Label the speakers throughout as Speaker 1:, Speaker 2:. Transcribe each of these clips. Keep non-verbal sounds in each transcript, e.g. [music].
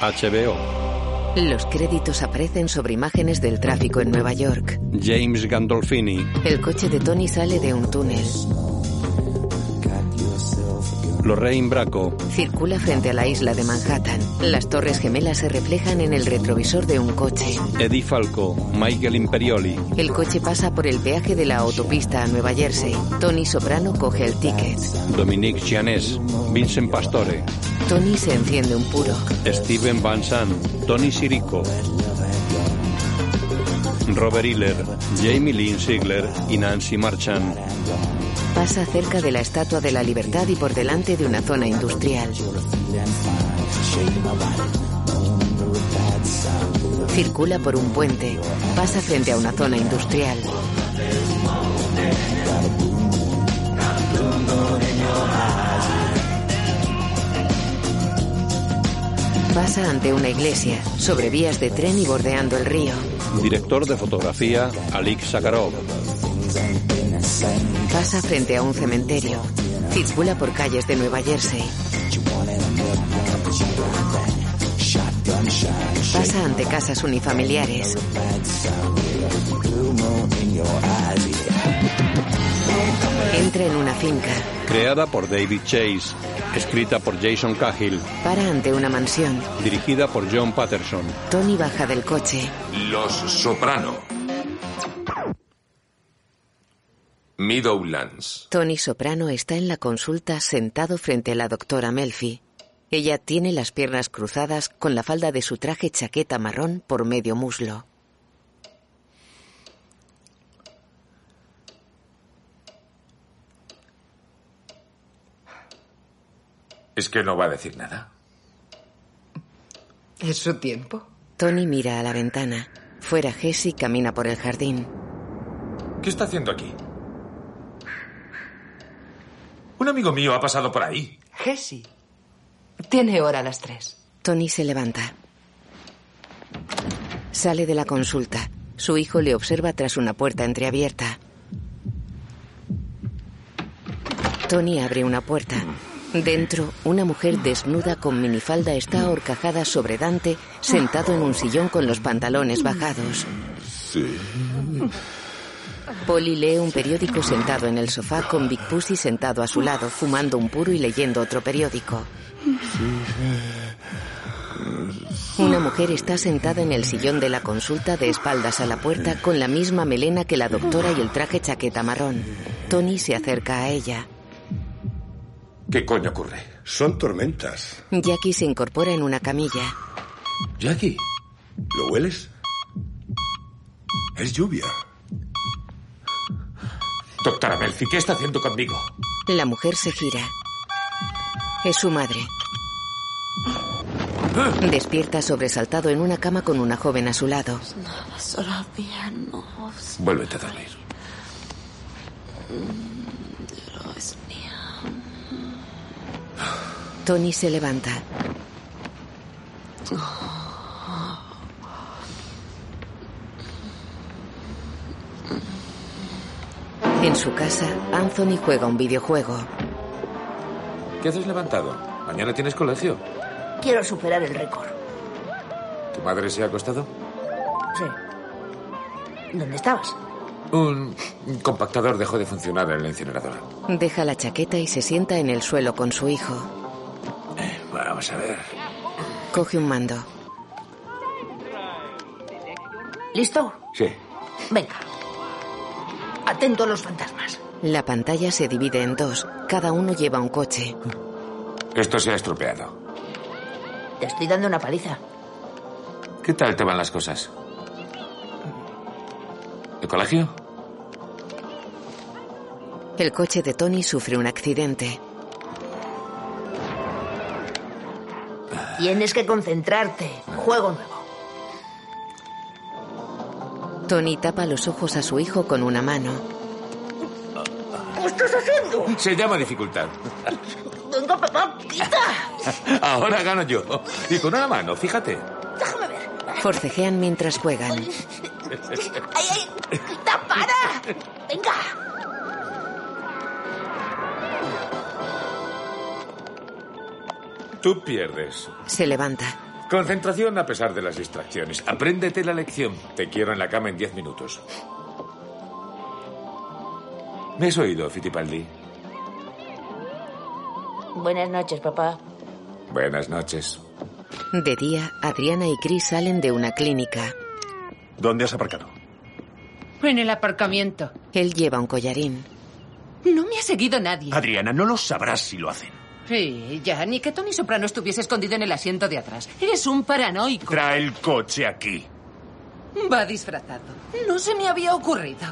Speaker 1: HBO.
Speaker 2: Los créditos aparecen sobre imágenes del tráfico en Nueva York.
Speaker 1: James Gandolfini.
Speaker 2: El coche de Tony sale de un túnel.
Speaker 1: Lorraine Braco.
Speaker 2: Circula frente a la isla de Manhattan. Las torres gemelas se reflejan en el retrovisor de un coche.
Speaker 1: Eddie Falco, Michael Imperioli.
Speaker 2: El coche pasa por el peaje de la autopista a Nueva Jersey. Tony Soprano coge el ticket.
Speaker 1: Dominique Gianés, Vincent Pastore.
Speaker 2: Tony se enciende un puro.
Speaker 1: Steven Van Zandt, Tony Sirico. Robert Hiller, Jamie Lynn Sigler y Nancy Marchand.
Speaker 2: Pasa cerca de la Estatua de la Libertad y por delante de una zona industrial. Circula por un puente. Pasa frente a una zona industrial. Pasa ante una iglesia, sobre vías de tren y bordeando el río.
Speaker 1: Director de fotografía, Alik Sakharov.
Speaker 2: Pasa frente a un cementerio. Circula por calles de Nueva Jersey. Pasa ante casas unifamiliares. Entra en una finca.
Speaker 1: Creada por David Chase. Escrita por Jason Cahill.
Speaker 2: Para ante una mansión.
Speaker 1: Dirigida por John Patterson.
Speaker 2: Tony baja del coche.
Speaker 3: Los Soprano. Meadowlands.
Speaker 2: Tony Soprano está en la consulta sentado frente a la doctora Melfi. Ella tiene las piernas cruzadas con la falda de su traje chaqueta marrón por medio muslo.
Speaker 3: ¿Es que no va a decir nada?
Speaker 4: Es su tiempo.
Speaker 2: Tony mira a la ventana. Fuera, Jesse camina por el jardín.
Speaker 3: ¿Qué está haciendo aquí? Un amigo mío ha pasado por ahí.
Speaker 4: Jesse. Tiene hora a las tres.
Speaker 2: Tony se levanta. Sale de la consulta. Su hijo le observa tras una puerta entreabierta. Tony abre una puerta. Dentro, una mujer desnuda con minifalda está horcajada sobre Dante, sentado en un sillón con los pantalones bajados.
Speaker 3: Sí.
Speaker 2: Polly lee un periódico sentado en el sofá con Big Pussy sentado a su lado, fumando un puro y leyendo otro periódico. Una mujer está sentada en el sillón de la consulta de espaldas a la puerta con la misma melena que la doctora y el traje chaqueta marrón. Tony se acerca a ella.
Speaker 3: ¿Qué coño ocurre?
Speaker 5: Son tormentas.
Speaker 2: Jackie se incorpora en una camilla.
Speaker 3: Jackie,
Speaker 5: ¿lo hueles? Es lluvia.
Speaker 3: Doctora Melfi, ¿qué está haciendo conmigo?
Speaker 2: La mujer se gira. Es su madre. Despierta sobresaltado en una cama con una joven a su lado.
Speaker 3: Vuélvete a dormir.
Speaker 2: Tony se levanta. En su casa, Anthony juega un videojuego.
Speaker 3: ¿Qué haces levantado? Mañana tienes colegio.
Speaker 6: Quiero superar el récord.
Speaker 3: ¿Tu madre se ha acostado?
Speaker 6: Sí. ¿Dónde estabas?
Speaker 3: Un compactador dejó de funcionar en la incineradora.
Speaker 2: Deja la chaqueta y se sienta en el suelo con su hijo.
Speaker 3: Eh, vamos a ver.
Speaker 2: Coge un mando.
Speaker 6: ¿Listo?
Speaker 3: Sí.
Speaker 6: Venga. Atento a los fantasmas.
Speaker 2: La pantalla se divide en dos. Cada uno lleva un coche.
Speaker 3: Esto se ha estropeado.
Speaker 6: Te estoy dando una paliza.
Speaker 3: ¿Qué tal te van las cosas? ¿El colegio?
Speaker 2: El coche de Tony sufre un accidente.
Speaker 6: Tienes que concentrarte. Juego nuevo.
Speaker 2: Tony tapa los ojos a su hijo con una mano.
Speaker 6: ¿Qué estás haciendo?
Speaker 3: Se llama dificultad. [laughs]
Speaker 6: Venga, papá, quita.
Speaker 3: Ahora gano yo. Y con una mano, fíjate.
Speaker 6: Déjame ver.
Speaker 2: Forcejean mientras juegan.
Speaker 6: ¡Ay, ay! ¡Quita, para! ¡Venga!
Speaker 3: Tú pierdes.
Speaker 2: Se levanta.
Speaker 3: Concentración a pesar de las distracciones. Apréndete la lección. Te quiero en la cama en diez minutos. ¿Me has oído, Fittipaldi?
Speaker 7: Buenas noches, papá.
Speaker 3: Buenas noches.
Speaker 2: De día, Adriana y Chris salen de una clínica.
Speaker 8: ¿Dónde has aparcado?
Speaker 9: En el aparcamiento.
Speaker 2: Él lleva un collarín.
Speaker 9: No me ha seguido nadie.
Speaker 10: Adriana, no lo sabrás si lo hacen.
Speaker 9: Sí, ya, ni que Tony Soprano estuviese escondido en el asiento de atrás. Eres un paranoico.
Speaker 10: Trae el coche aquí.
Speaker 9: Va disfrazado. No se me había ocurrido.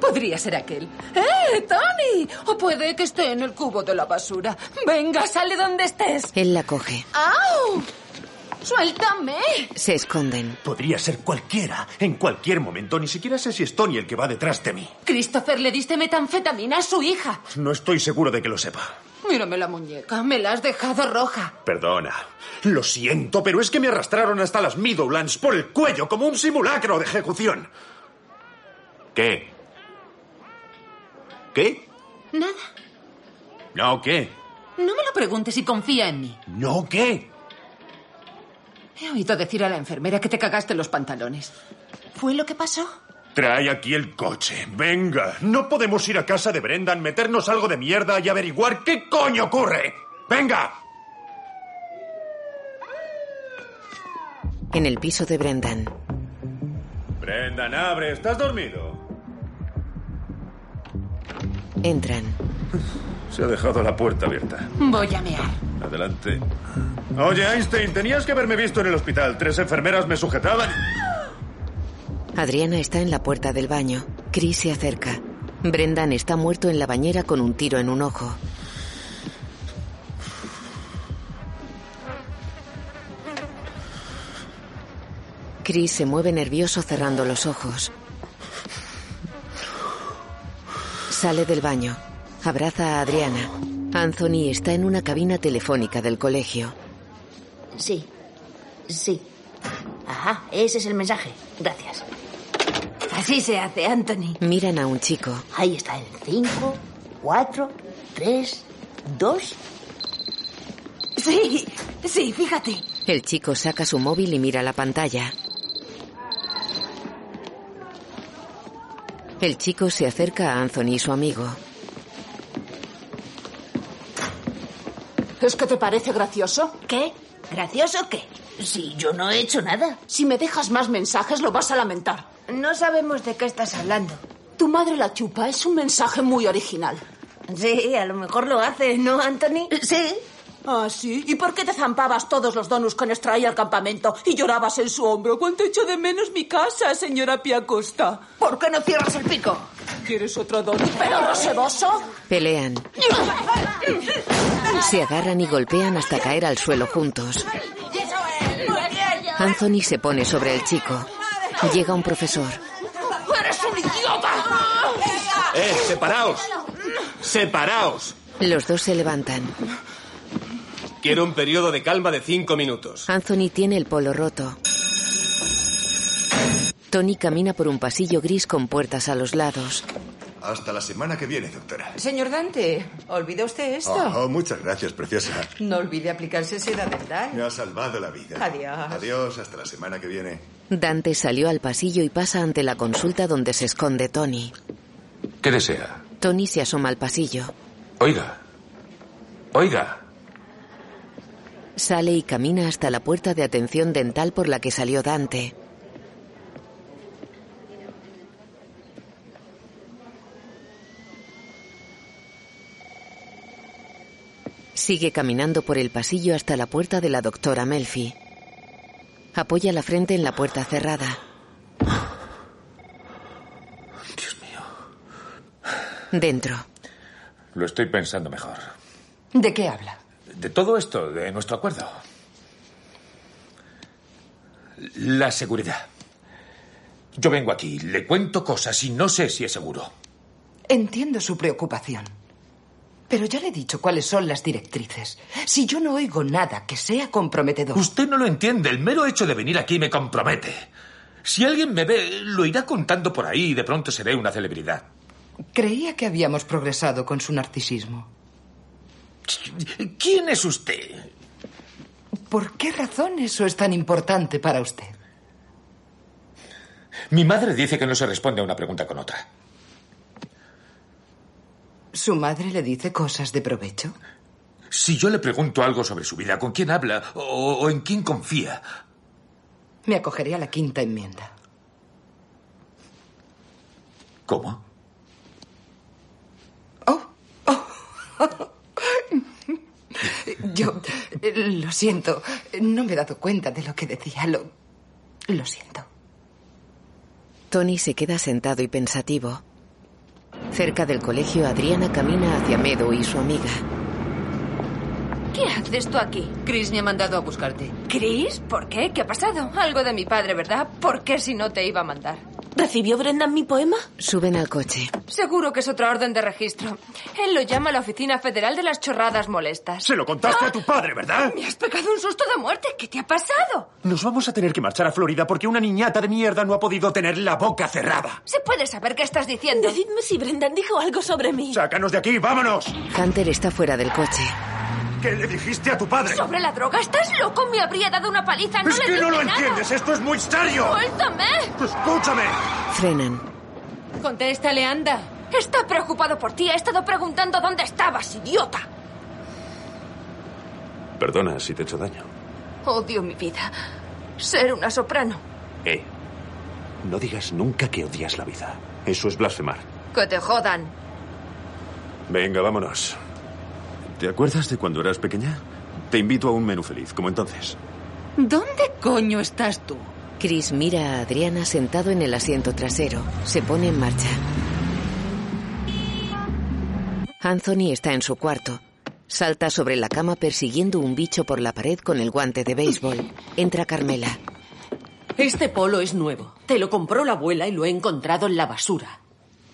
Speaker 9: Podría ser aquel. ¡Eh, Tony! O puede que esté en el cubo de la basura. Venga, sale donde estés.
Speaker 2: Él la coge.
Speaker 9: ¡Au! ¡Suéltame!
Speaker 2: Se esconden.
Speaker 10: Podría ser cualquiera, en cualquier momento. Ni siquiera sé si es Tony el que va detrás de mí.
Speaker 9: Christopher, le diste metanfetamina a su hija.
Speaker 10: No estoy seguro de que lo sepa.
Speaker 9: Mírame la muñeca, me la has dejado roja.
Speaker 10: Perdona. Lo siento, pero es que me arrastraron hasta las Meadowlands por el cuello como un simulacro de ejecución. ¿Qué? ¿Qué?
Speaker 9: Nada,
Speaker 10: No, ¿qué?
Speaker 9: no me lo preguntes y confía en mí.
Speaker 10: No, ¿qué?
Speaker 9: He oído decir a la enfermera que te cagaste los pantalones. ¿Fue lo que pasó?
Speaker 10: Trae aquí el coche. Venga. No podemos ir a casa de Brendan, meternos algo de mierda y averiguar qué coño ocurre. Venga.
Speaker 2: En el piso de Brendan.
Speaker 10: Brendan, abre. ¿Estás dormido?
Speaker 2: Entran.
Speaker 8: Se ha dejado la puerta abierta.
Speaker 9: Voy a mear.
Speaker 8: Adelante.
Speaker 10: Ah. Oye, Einstein, tenías que haberme visto en el hospital. Tres enfermeras me sujetaban.
Speaker 2: Adriana está en la puerta del baño. Chris se acerca. Brendan está muerto en la bañera con un tiro en un ojo. Chris se mueve nervioso cerrando los ojos. Sale del baño. Abraza a Adriana. Anthony está en una cabina telefónica del colegio.
Speaker 7: Sí. Sí. Ajá, ese es el mensaje. Gracias.
Speaker 4: Así se hace, Anthony.
Speaker 2: Miran a un chico.
Speaker 7: Ahí está el 5, 4, 3, 2.
Speaker 4: Sí, sí, fíjate.
Speaker 2: El chico saca su móvil y mira la pantalla. El chico se acerca a Anthony y su amigo.
Speaker 4: ¿Es que te parece gracioso?
Speaker 7: ¿Qué? ¿Gracioso qué? Si yo no he hecho nada.
Speaker 4: Si me dejas más mensajes, lo vas a lamentar.
Speaker 11: No sabemos de qué estás hablando.
Speaker 4: Tu madre la chupa es un mensaje muy original.
Speaker 11: Sí, a lo mejor lo hace, ¿no, Anthony?
Speaker 7: Sí.
Speaker 4: ¿Ah, sí? ¿Y por qué te zampabas todos los donuts con extraí al campamento y llorabas en su hombro? ¿Cuánto echo de menos mi casa, señora Piacosta? ¿Por qué no cierras el pico? ¿Quieres otro donut, pero seboso?
Speaker 2: Pelean. Se agarran y golpean hasta caer al suelo juntos. Anthony se pone sobre el chico. Llega un profesor.
Speaker 4: ¡Eres un idiota!
Speaker 10: ¡Eh, separaos! ¡Separaos!
Speaker 2: Los dos se levantan.
Speaker 10: Quiero un periodo de calma de cinco minutos.
Speaker 2: Anthony tiene el polo roto. Tony camina por un pasillo gris con puertas a los lados.
Speaker 8: Hasta la semana que viene, doctora.
Speaker 11: Señor Dante, ¿olvida usted esto?
Speaker 8: Oh, muchas gracias, preciosa.
Speaker 11: No olvide aplicarse seda dental.
Speaker 8: Me ha salvado la vida.
Speaker 11: Adiós.
Speaker 8: Adiós, hasta la semana que viene.
Speaker 2: Dante salió al pasillo y pasa ante la consulta donde se esconde Tony.
Speaker 3: ¿Qué desea?
Speaker 2: Tony se asoma al pasillo.
Speaker 3: Oiga. Oiga.
Speaker 2: Sale y camina hasta la puerta de atención dental por la que salió Dante. Sigue caminando por el pasillo hasta la puerta de la doctora Melfi. Apoya la frente en la puerta cerrada.
Speaker 3: Dios mío.
Speaker 2: Dentro.
Speaker 3: Lo estoy pensando mejor.
Speaker 4: ¿De qué habla?
Speaker 3: De todo esto, de nuestro acuerdo. La seguridad. Yo vengo aquí, le cuento cosas y no sé si es seguro.
Speaker 4: Entiendo su preocupación. Pero ya le he dicho cuáles son las directrices. Si yo no oigo nada que sea comprometedor.
Speaker 10: Usted no lo entiende. El mero hecho de venir aquí me compromete.
Speaker 3: Si alguien me ve, lo irá contando por ahí y de pronto seré una celebridad.
Speaker 4: Creía que habíamos progresado con su narcisismo.
Speaker 3: ¿Quién es usted?
Speaker 11: ¿Por qué razón eso es tan importante para usted?
Speaker 3: Mi madre dice que no se responde a una pregunta con otra.
Speaker 11: ¿Su madre le dice cosas de provecho?
Speaker 3: Si yo le pregunto algo sobre su vida, con quién habla o, o en quién confía,
Speaker 11: Me acogería a la quinta enmienda.
Speaker 3: ¿cómo?
Speaker 11: Oh, [laughs] Yo eh, lo siento, no me he dado cuenta de lo que decía, lo, lo siento.
Speaker 2: Tony se queda sentado y pensativo. Cerca del colegio, Adriana camina hacia Meadow y su amiga.
Speaker 9: ¿Qué haces tú aquí?
Speaker 12: Chris me ha mandado a buscarte.
Speaker 9: Chris, ¿por qué? ¿Qué ha pasado? Algo de mi padre, ¿verdad? ¿Por qué si no te iba a mandar?
Speaker 2: ¿Recibió Brendan mi poema? Suben al coche.
Speaker 9: Seguro que es otra orden de registro. Él lo llama la Oficina Federal de las Chorradas Molestas.
Speaker 10: Se lo contaste a tu padre, ¿verdad?
Speaker 9: Me has pegado un susto de muerte. ¿Qué te ha pasado?
Speaker 10: Nos vamos a tener que marchar a Florida porque una niñata de mierda no ha podido tener la boca cerrada.
Speaker 9: ¿Se puede saber qué estás diciendo? Decidme si Brendan dijo algo sobre mí.
Speaker 10: Sácanos de aquí, vámonos.
Speaker 2: Hunter está fuera del coche.
Speaker 10: ¿Qué le dijiste a tu padre?
Speaker 9: ¿Sobre la droga? ¿Estás loco? Me habría dado una paliza. No
Speaker 10: es
Speaker 9: le
Speaker 10: que no
Speaker 9: dije
Speaker 10: lo
Speaker 9: nada.
Speaker 10: entiendes, esto es muy serio. Pues-
Speaker 9: ¡Suéltame!
Speaker 10: Escúchame.
Speaker 2: Frenan.
Speaker 9: Contéstale, anda. Está preocupado por ti. Ha estado preguntando dónde estabas, idiota.
Speaker 13: Perdona si te he hecho daño.
Speaker 9: Odio mi vida. Ser una soprano.
Speaker 13: Eh, no digas nunca que odias la vida. Eso es blasfemar.
Speaker 9: Que te jodan.
Speaker 13: Venga, vámonos. ¿Te acuerdas de cuando eras pequeña? Te invito a un menú feliz, como entonces.
Speaker 2: ¿Dónde coño estás tú? Chris mira a Adriana sentado en el asiento trasero. Se pone en marcha. Anthony está en su cuarto. Salta sobre la cama persiguiendo un bicho por la pared con el guante de béisbol. Entra Carmela.
Speaker 14: Este polo es nuevo. Te lo compró la abuela y lo he encontrado en la basura.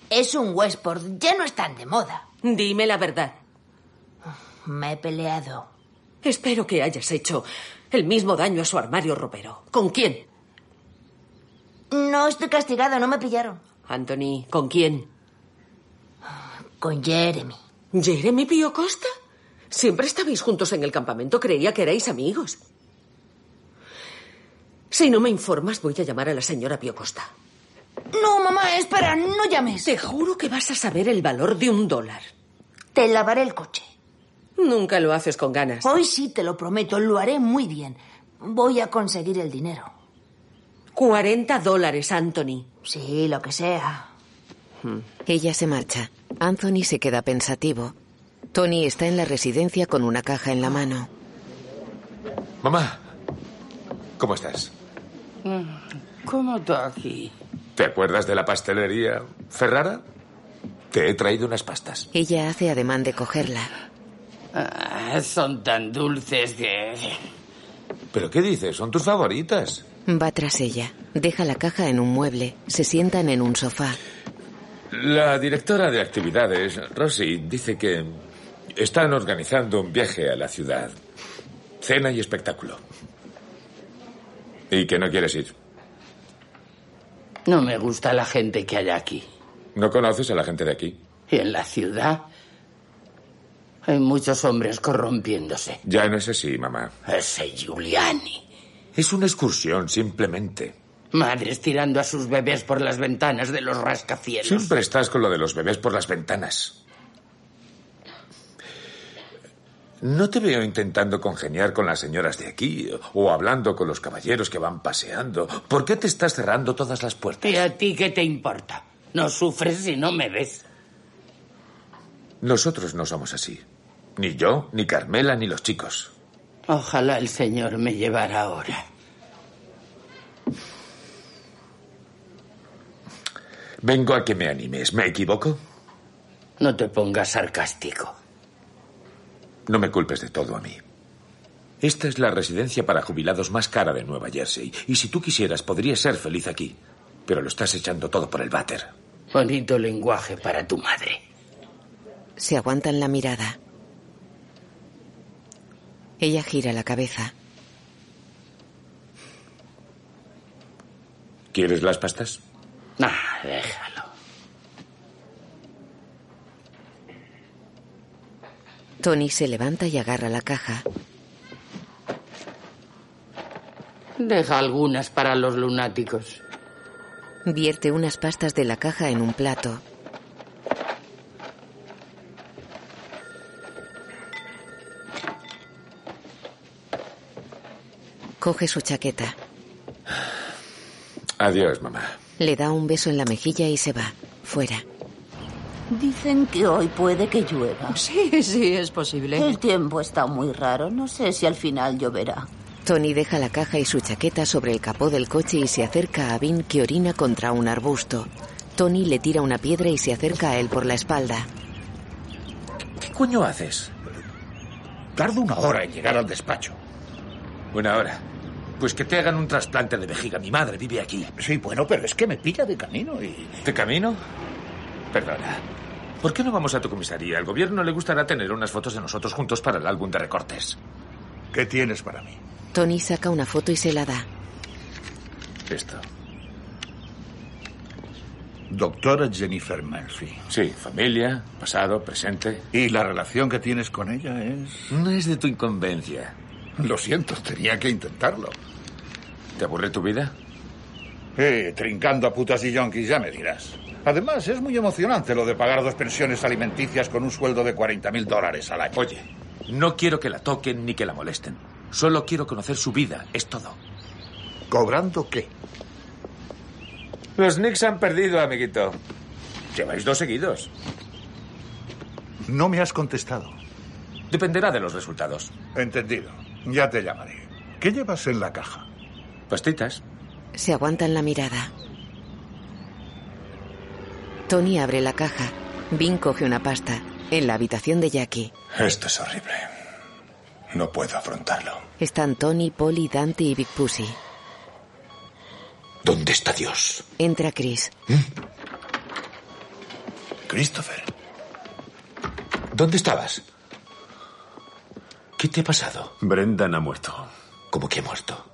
Speaker 15: Es un Westport, ya no están de moda.
Speaker 14: Dime la verdad.
Speaker 15: Me he peleado.
Speaker 14: Espero que hayas hecho el mismo daño a su armario ropero. ¿Con quién?
Speaker 15: No estoy castigado, no me pillaron.
Speaker 14: Anthony, ¿con quién?
Speaker 15: Con Jeremy.
Speaker 14: ¿Jeremy Pío Costa? Siempre estabais juntos en el campamento. Creía que erais amigos. Si no me informas, voy a llamar a la señora Pío Costa.
Speaker 15: No, mamá, espera, no llames.
Speaker 14: Te juro que vas a saber el valor de un dólar.
Speaker 15: Te lavaré el coche.
Speaker 14: Nunca lo haces con ganas.
Speaker 15: Hoy sí, te lo prometo, lo haré muy bien. Voy a conseguir el dinero.
Speaker 14: 40 dólares, Anthony.
Speaker 15: Sí, lo que sea.
Speaker 2: Hmm. Ella se marcha. Anthony se queda pensativo. Tony está en la residencia con una caja en la mano.
Speaker 3: Mamá, ¿cómo estás?
Speaker 16: Hmm. ¿Cómo tú aquí?
Speaker 3: ¿Te acuerdas de la pastelería Ferrara? Te he traído unas pastas.
Speaker 2: Ella hace ademán de cogerla.
Speaker 16: Ah, son tan dulces que...
Speaker 3: ¿Pero qué dices? Son tus favoritas.
Speaker 2: Va tras ella. Deja la caja en un mueble. Se sientan en un sofá.
Speaker 3: La directora de actividades, Rosy, dice que están organizando un viaje a la ciudad. Cena y espectáculo. Y que no quieres ir.
Speaker 16: No me gusta la gente que hay aquí.
Speaker 3: No conoces a la gente de aquí.
Speaker 16: Y en la ciudad hay muchos hombres corrompiéndose.
Speaker 3: Ya no es así, mamá.
Speaker 16: Ese Giuliani.
Speaker 3: Es una excursión, simplemente.
Speaker 16: Madres tirando a sus bebés por las ventanas de los rascacielos.
Speaker 3: Siempre estás con lo de los bebés por las ventanas. No te veo intentando congeniar con las señoras de aquí o hablando con los caballeros que van paseando. ¿Por qué te estás cerrando todas las puertas?
Speaker 16: ¿Y a ti qué te importa? No sufres si no me ves.
Speaker 3: Nosotros no somos así. Ni yo, ni Carmela, ni los chicos.
Speaker 16: Ojalá el Señor me llevara ahora.
Speaker 3: Vengo a que me animes. ¿Me equivoco?
Speaker 16: No te pongas sarcástico.
Speaker 3: No me culpes de todo a mí. Esta es la residencia para jubilados más cara de Nueva Jersey. Y si tú quisieras, podrías ser feliz aquí. Pero lo estás echando todo por el váter.
Speaker 16: Bonito lenguaje para tu madre.
Speaker 2: Se aguantan la mirada. Ella gira la cabeza.
Speaker 3: ¿Quieres las pastas?
Speaker 16: Ah, déjalo.
Speaker 2: Tony se levanta y agarra la caja.
Speaker 16: Deja algunas para los lunáticos.
Speaker 2: Vierte unas pastas de la caja en un plato. Coge su chaqueta,
Speaker 3: Adiós, mamá.
Speaker 2: le da un beso en la mejilla y se va. Fuera.
Speaker 9: Dicen que hoy puede que llueva. Sí, sí, es posible. El tiempo está muy raro. No sé si al final lloverá.
Speaker 2: Tony deja la caja y su chaqueta sobre el capó del coche y se acerca a Vin que orina contra un arbusto. Tony le tira una piedra y se acerca a él por la espalda.
Speaker 3: ¿Qué coño haces? Tardo una hora en llegar al despacho. Una hora. Pues que te hagan un trasplante de vejiga. Mi madre vive aquí. Sí, bueno, pero es que me pilla de camino y... ¿De camino? Perdona. ¿Por qué no vamos a tu comisaría? Al gobierno le gustará tener unas fotos de nosotros juntos para el álbum de recortes. ¿Qué tienes para mí?
Speaker 2: Tony saca una foto y se la da.
Speaker 3: Esto.
Speaker 17: Doctora Jennifer Murphy.
Speaker 3: Sí, familia, pasado, presente.
Speaker 17: ¿Y la relación que tienes con ella es...?
Speaker 3: No es de tu inconveniencia.
Speaker 17: Lo siento, tenía que intentarlo.
Speaker 3: ¿Te aburre tu vida?
Speaker 17: Eh, trincando a putas y yonkis, ya me dirás. Además, es muy emocionante lo de pagar dos pensiones alimenticias con un sueldo de 40 mil dólares al año.
Speaker 3: Oye, no quiero que la toquen ni que la molesten. Solo quiero conocer su vida, es todo.
Speaker 17: ¿Cobrando qué?
Speaker 3: Los Knicks han perdido, amiguito. Lleváis dos seguidos.
Speaker 17: No me has contestado.
Speaker 3: Dependerá de los resultados.
Speaker 17: Entendido. Ya te llamaré. ¿Qué llevas en la caja?
Speaker 3: Pastitas.
Speaker 2: Se aguantan la mirada. Tony abre la caja. Vin coge una pasta. En la habitación de Jackie
Speaker 5: Esto es horrible. No puedo afrontarlo.
Speaker 2: están Tony, Polly, Dante y Big Pussy.
Speaker 5: ¿Dónde está Dios? ¿Eh?
Speaker 2: Entra Chris.
Speaker 5: Christopher. ¿Dónde estabas? ¿Qué te ha pasado?
Speaker 18: Brendan ha muerto.
Speaker 5: ¿Cómo que ha muerto?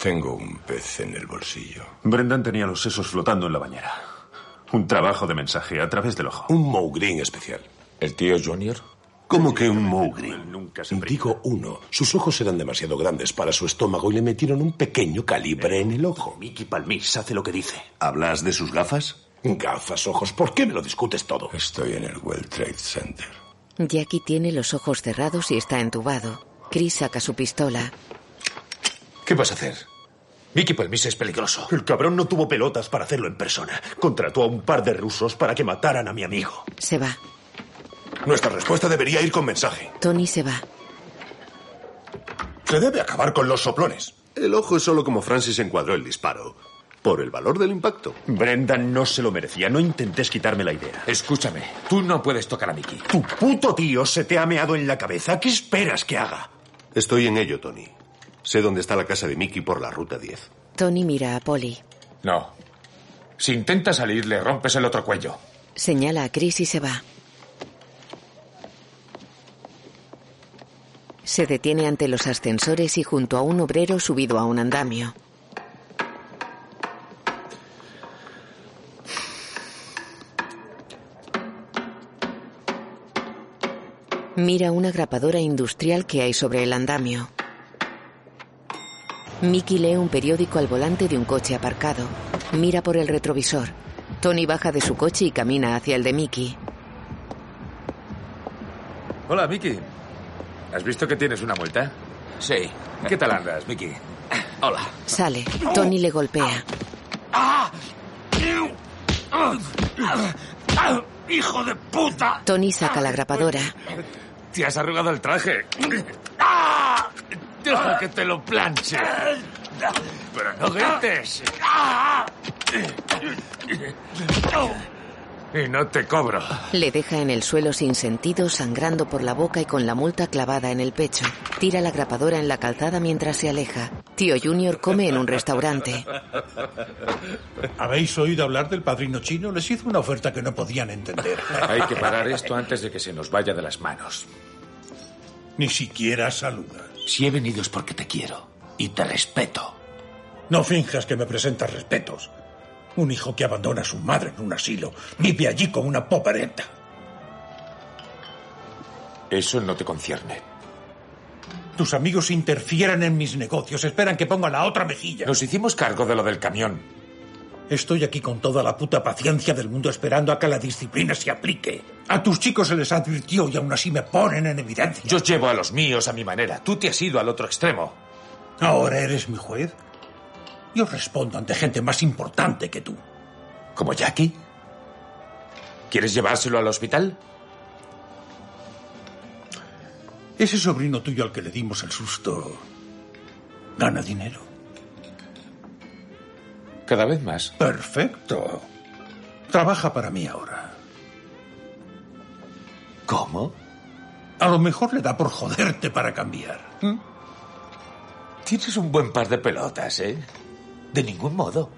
Speaker 5: Tengo un pez en el bolsillo.
Speaker 18: Brendan tenía los sesos flotando en la bañera. Un trabajo de mensaje a través del ojo.
Speaker 10: Un Mowgreen especial. ¿El tío Junior? ¿Cómo que un Mowgreen? Digo uno. Sus ojos eran demasiado grandes para su estómago y le metieron un pequeño calibre en el ojo. Mickey Palmis hace lo que dice. ¿Hablas de sus gafas? Gafas, ojos. ¿Por qué me lo discutes todo? Estoy en el World Trade Center.
Speaker 2: Jackie tiene los ojos cerrados y está entubado. Chris saca su pistola.
Speaker 10: ¿Qué vas a hacer? Vicky Palmis es peligroso. El cabrón no tuvo pelotas para hacerlo en persona. Contrató a un par de rusos para que mataran a mi amigo.
Speaker 2: Se va.
Speaker 10: Nuestra respuesta debería ir con mensaje.
Speaker 2: Tony se va.
Speaker 10: Se debe acabar con los soplones. El ojo es solo como Francis encuadró el disparo. Por el valor del impacto.
Speaker 18: Brendan no se lo merecía. No intentes quitarme la idea.
Speaker 3: Escúchame, tú no puedes tocar a Mickey.
Speaker 18: Tu puto tío se te ha meado en la cabeza. ¿Qué esperas que haga?
Speaker 10: Estoy en ello, Tony. Sé dónde está la casa de Mickey por la ruta 10.
Speaker 2: Tony mira a Polly.
Speaker 3: No. Si intenta salir, le rompes el otro cuello.
Speaker 2: Señala a Chris y se va. Se detiene ante los ascensores y junto a un obrero subido a un andamio. Mira una grapadora industrial que hay sobre el andamio. Mickey lee un periódico al volante de un coche aparcado. Mira por el retrovisor. Tony baja de su coche y camina hacia el de Mickey.
Speaker 3: Hola, Mickey. ¿Has visto que tienes una multa? Sí. ¿Qué tal andas, Mickey? Hola.
Speaker 2: Sale. Tony le golpea.
Speaker 3: ¡Ah!
Speaker 19: ¡Hijo de puta!
Speaker 2: Tony saca la grapadora.
Speaker 3: Te has arrugado el traje.
Speaker 19: ¡Ah!
Speaker 3: Deja que te lo planche. Pero no grites.
Speaker 19: ¡Ah!
Speaker 3: Y no te cobro.
Speaker 2: Le deja en el suelo sin sentido, sangrando por la boca y con la multa clavada en el pecho. Tira la grapadora en la calzada mientras se aleja. Tío Junior come en un restaurante.
Speaker 20: ¿Habéis oído hablar del padrino chino? Les hizo una oferta que no podían entender.
Speaker 3: Hay que parar esto antes de que se nos vaya de las manos.
Speaker 20: Ni siquiera saludas.
Speaker 3: Si he venido es porque te quiero y te respeto.
Speaker 20: No finjas que me presentas respetos. Un hijo que abandona a su madre en un asilo vive allí con una popareta.
Speaker 3: Eso no te concierne.
Speaker 21: Tus amigos interfieren en mis negocios, esperan que ponga la otra mejilla. Nos hicimos cargo de lo del camión. Estoy aquí con toda la puta paciencia del mundo esperando a que la disciplina se aplique. A tus chicos se les advirtió y aún así me ponen en evidencia.
Speaker 3: Yo llevo a los míos a mi manera. Tú te has ido al otro extremo.
Speaker 21: ¿Ahora eres mi juez? Yo respondo ante gente más importante que tú.
Speaker 3: ¿Como Jackie? ¿Quieres llevárselo al hospital?
Speaker 21: Ese sobrino tuyo al que le dimos el susto gana dinero.
Speaker 3: Cada vez más.
Speaker 21: Perfecto. Trabaja para mí ahora.
Speaker 3: ¿Cómo?
Speaker 21: A lo mejor le da por joderte para cambiar.
Speaker 3: ¿Mm? Tienes un buen par de pelotas, ¿eh? De ningún modo.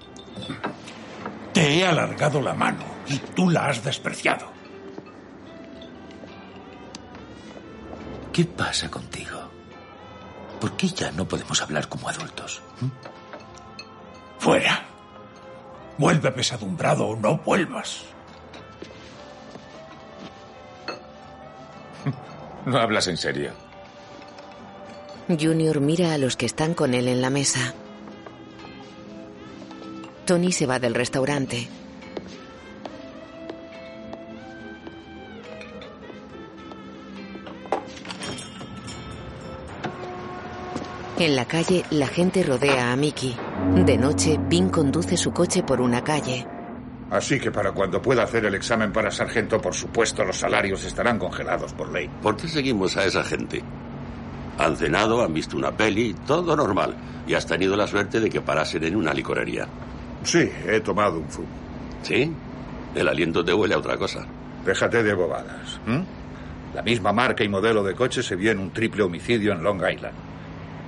Speaker 21: Te he alargado la mano y tú la has despreciado.
Speaker 3: ¿Qué pasa contigo? ¿Por qué ya no podemos hablar como adultos? ¿Mm?
Speaker 21: Fuera. Vuelve pesadumbrado o no vuelvas.
Speaker 3: No hablas en serio.
Speaker 2: Junior mira a los que están con él en la mesa. Tony se va del restaurante. En la calle, la gente rodea a Mickey. De noche, Vin conduce su coche por una calle.
Speaker 17: Así que para cuando pueda hacer el examen para sargento, por supuesto, los salarios estarán congelados por ley.
Speaker 10: ¿Por qué seguimos a esa gente? Han cenado, han visto una peli, todo normal. Y has tenido la suerte de que parasen en una licorería.
Speaker 17: Sí, he tomado un zumo.
Speaker 10: ¿Sí? El aliento te huele a otra cosa.
Speaker 17: Déjate de bobadas. ¿m? La misma marca y modelo de coche se vio en un triple homicidio en Long Island.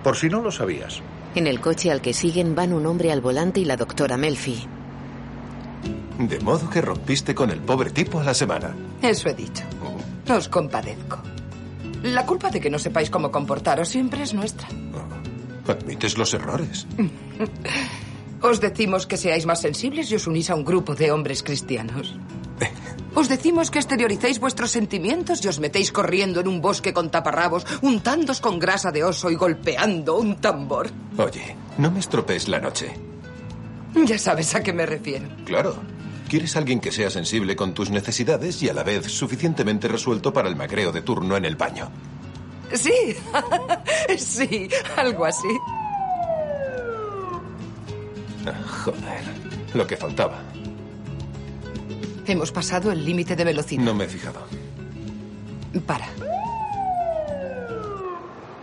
Speaker 17: Por si no lo sabías.
Speaker 2: En el coche al que siguen van un hombre al volante y la doctora Melfi.
Speaker 22: De modo que rompiste con el pobre tipo a la semana.
Speaker 11: Eso he dicho. Os compadezco. La culpa de que no sepáis cómo comportaros siempre es nuestra.
Speaker 22: Admites los errores.
Speaker 11: Os decimos que seáis más sensibles y os unís a un grupo de hombres
Speaker 22: [laughs]
Speaker 11: cristianos. Os decimos que exterioricéis vuestros sentimientos y os metéis corriendo en un bosque con taparrabos, untándos con grasa de oso y golpeando un tambor.
Speaker 22: Oye, no me estropees la noche.
Speaker 11: Ya sabes a qué me refiero.
Speaker 22: Claro. Quieres alguien que sea sensible con tus necesidades y a la vez suficientemente resuelto para el macreo de turno en el baño.
Speaker 11: Sí, [laughs] sí, algo así.
Speaker 22: Ah, joder, lo que faltaba.
Speaker 11: Hemos pasado el límite de velocidad.
Speaker 22: No me he fijado.
Speaker 11: Para.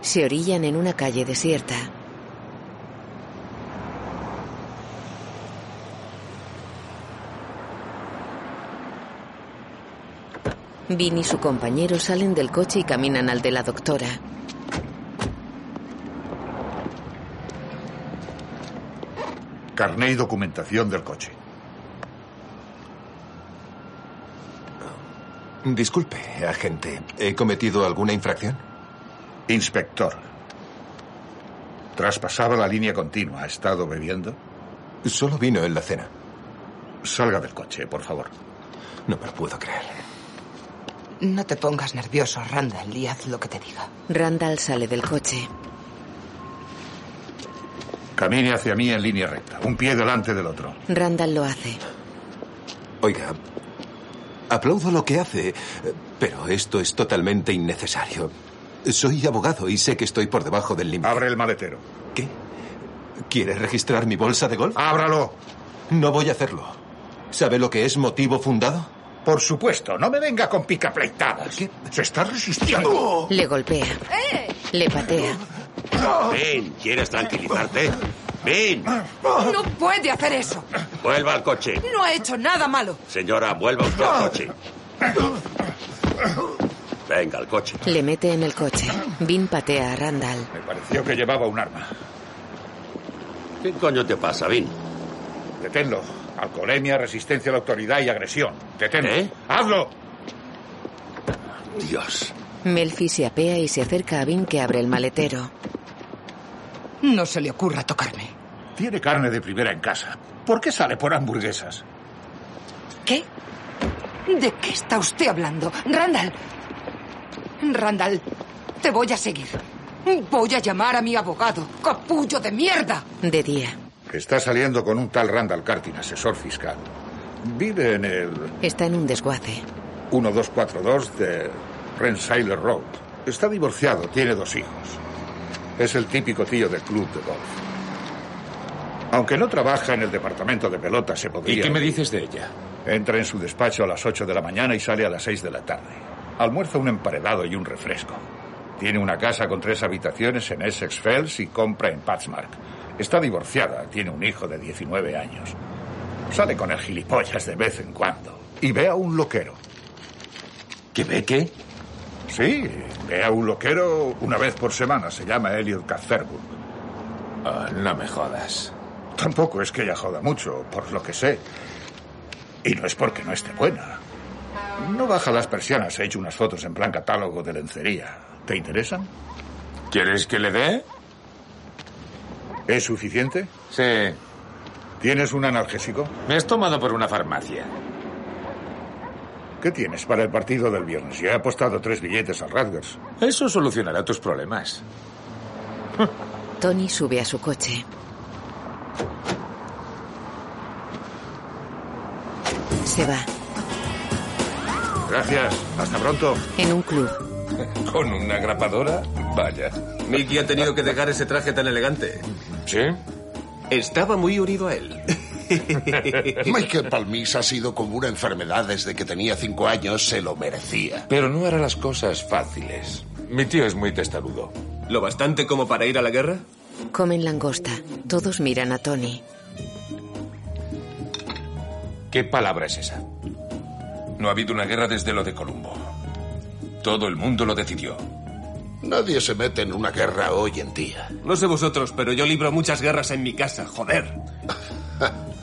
Speaker 2: Se orillan en una calle desierta. Vin y su compañero salen del coche y caminan al de la doctora.
Speaker 17: Carné y documentación del coche.
Speaker 22: Disculpe, agente. ¿He cometido alguna infracción?
Speaker 17: Inspector. Traspasaba la línea continua. ¿Ha estado bebiendo?
Speaker 22: Solo vino en la cena.
Speaker 17: Salga del coche, por favor.
Speaker 22: No me lo puedo creer.
Speaker 11: No te pongas nervioso, Randall, y haz lo que te diga.
Speaker 2: Randall sale del coche.
Speaker 17: Camine hacia mí en línea recta. Un pie delante del otro.
Speaker 2: Randall lo hace.
Speaker 22: Oiga, aplaudo lo que hace, eh, pero esto es totalmente innecesario. Soy abogado y sé que estoy por debajo del límite.
Speaker 17: Abre el maletero.
Speaker 22: ¿Qué? ¿Quiere registrar mi bolsa de golf?
Speaker 17: ¡Ábralo!
Speaker 22: No voy a hacerlo. ¿Sabe lo que es motivo fundado?
Speaker 17: Por supuesto, no me venga con picapleitadas. Se está resistiendo.
Speaker 2: Le golpea. Le patea.
Speaker 21: ¡Ah!
Speaker 10: Ven, ¿quieres tranquilizarte? Ven,
Speaker 11: No puede hacer eso.
Speaker 10: vuelva al coche.
Speaker 11: No ha hecho nada malo.
Speaker 10: Señora, vuelva usted
Speaker 1: Ah,
Speaker 10: al coche. Venga, al coche.
Speaker 2: Le mete en el coche. Vin patea a Randall.
Speaker 17: Pareció que llevaba un arma.
Speaker 10: ¿Qué coño te pasa, Vin?
Speaker 17: Deténlo. Alcoholemia, resistencia a la autoridad y agresión. Deténlo.
Speaker 10: ¿Eh?
Speaker 17: ¡Hazlo!
Speaker 10: Dios.
Speaker 2: Melfi se apea y se acerca a Vin que abre el maletero.
Speaker 11: No se le ocurra tocarme.
Speaker 17: Tiene carne de primera en casa. ¿Por qué sale por hamburguesas?
Speaker 11: ¿Qué? ¿De qué está usted hablando? Randall. Randall, te voy a seguir. Voy a llamar a mi abogado. ¡Capullo de mierda!
Speaker 2: De día.
Speaker 17: Está saliendo con un tal Randall Cartin, asesor fiscal. Vive en el
Speaker 2: Está en un desguace.
Speaker 17: 1242 de Rensselaer Road. Está divorciado, tiene dos hijos. Es el típico tío del club de golf. Aunque no trabaja en el departamento de pelota, se podría...
Speaker 23: ¿Y qué me dices de ella?
Speaker 17: Entra en su despacho a las 8 de la mañana y sale a las 6 de la tarde. Almuerza un emparedado y un refresco. Tiene una casa con tres habitaciones en Essex Fells y compra en Patsmark. Está divorciada, tiene un hijo de 19 años. Sale con el gilipollas de vez en cuando. Y ve a un loquero. ¿Que ve qué? Sí, ve a un loquero una vez por semana. Se llama Elliot Cazerwood. Ah, no me jodas. Tampoco es que ella joda mucho, por lo que sé. Y no es porque no esté buena. No baja las persianas. He hecho unas fotos en plan catálogo de lencería. ¿Te interesan?
Speaker 23: ¿Quieres que le dé?
Speaker 17: ¿Es suficiente?
Speaker 23: Sí.
Speaker 17: ¿Tienes un analgésico?
Speaker 23: Me has tomado por una farmacia.
Speaker 17: ¿Qué tienes para el partido del viernes? Ya he apostado tres billetes al Radgers.
Speaker 23: Eso solucionará tus problemas.
Speaker 2: Tony sube a su coche. Se va.
Speaker 17: Gracias. Hasta pronto.
Speaker 2: En un club.
Speaker 3: ¿Con una grapadora? Vaya. Mickey ha tenido que dejar ese traje tan elegante.
Speaker 23: ¿Sí?
Speaker 3: Estaba muy unido a él.
Speaker 24: [laughs] Michael Palmis ha sido como una enfermedad desde que tenía cinco años, se lo merecía.
Speaker 3: Pero no hará las cosas fáciles. Mi tío es muy testarudo. ¿Lo bastante como para ir a la guerra?
Speaker 2: Comen langosta. Todos miran a Tony.
Speaker 3: ¿Qué palabra es esa? No ha habido una guerra desde lo de Columbo. Todo el mundo lo decidió.
Speaker 24: Nadie se mete en una guerra hoy en día.
Speaker 3: No sé vosotros, pero yo libro muchas guerras en mi casa, joder.
Speaker 23: [laughs]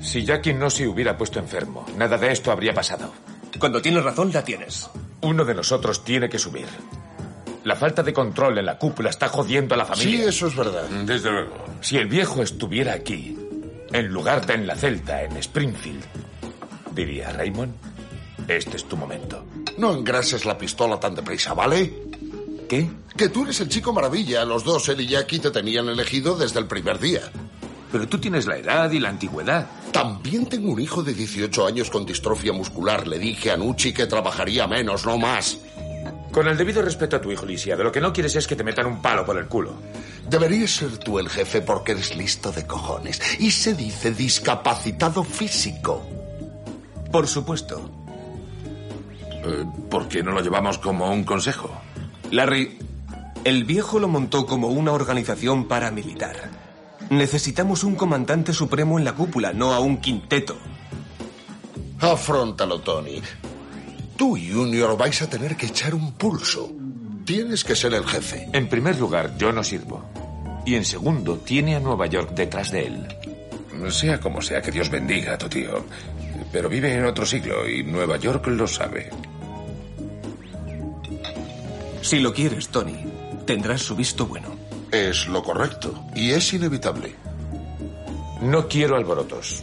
Speaker 23: Si Jackie no se hubiera puesto enfermo, nada de esto habría pasado.
Speaker 3: Cuando tienes razón, la tienes.
Speaker 23: Uno de nosotros tiene que subir. La falta de control en la cúpula está jodiendo a la familia.
Speaker 24: Sí, eso es verdad.
Speaker 3: Desde luego. Si el viejo estuviera aquí, en lugar de en la celda, en Springfield, diría Raymond, este es tu momento.
Speaker 24: No engrases la pistola tan deprisa, ¿vale?
Speaker 3: ¿Qué?
Speaker 24: Que tú eres el chico maravilla. Los dos, él y Jackie, te tenían elegido desde el primer día.
Speaker 3: Pero tú tienes la edad y la antigüedad.
Speaker 24: También tengo un hijo de 18 años con distrofia muscular. Le dije a Nucci que trabajaría menos, no más.
Speaker 23: Con el debido respeto a tu hijo, Licia, de lo que no quieres es que te metan un palo por el culo.
Speaker 24: Deberías ser tú el jefe porque eres listo de cojones. Y se dice discapacitado físico.
Speaker 3: Por supuesto. Eh, ¿Por qué no lo llevamos como un consejo? Larry, el viejo lo montó como una organización paramilitar. Necesitamos un comandante supremo en la cúpula, no a un quinteto.
Speaker 24: Afrontalo, Tony. Tú, Junior, vais a tener que echar un pulso. Tienes que ser el jefe.
Speaker 3: En primer lugar, yo no sirvo. Y en segundo, tiene a Nueva York detrás de él. Sea como sea, que Dios bendiga a tu tío. Pero vive en otro siglo y Nueva York lo sabe. Si lo quieres, Tony, tendrás su visto bueno.
Speaker 24: Es lo correcto y es inevitable.
Speaker 3: No quiero alborotos.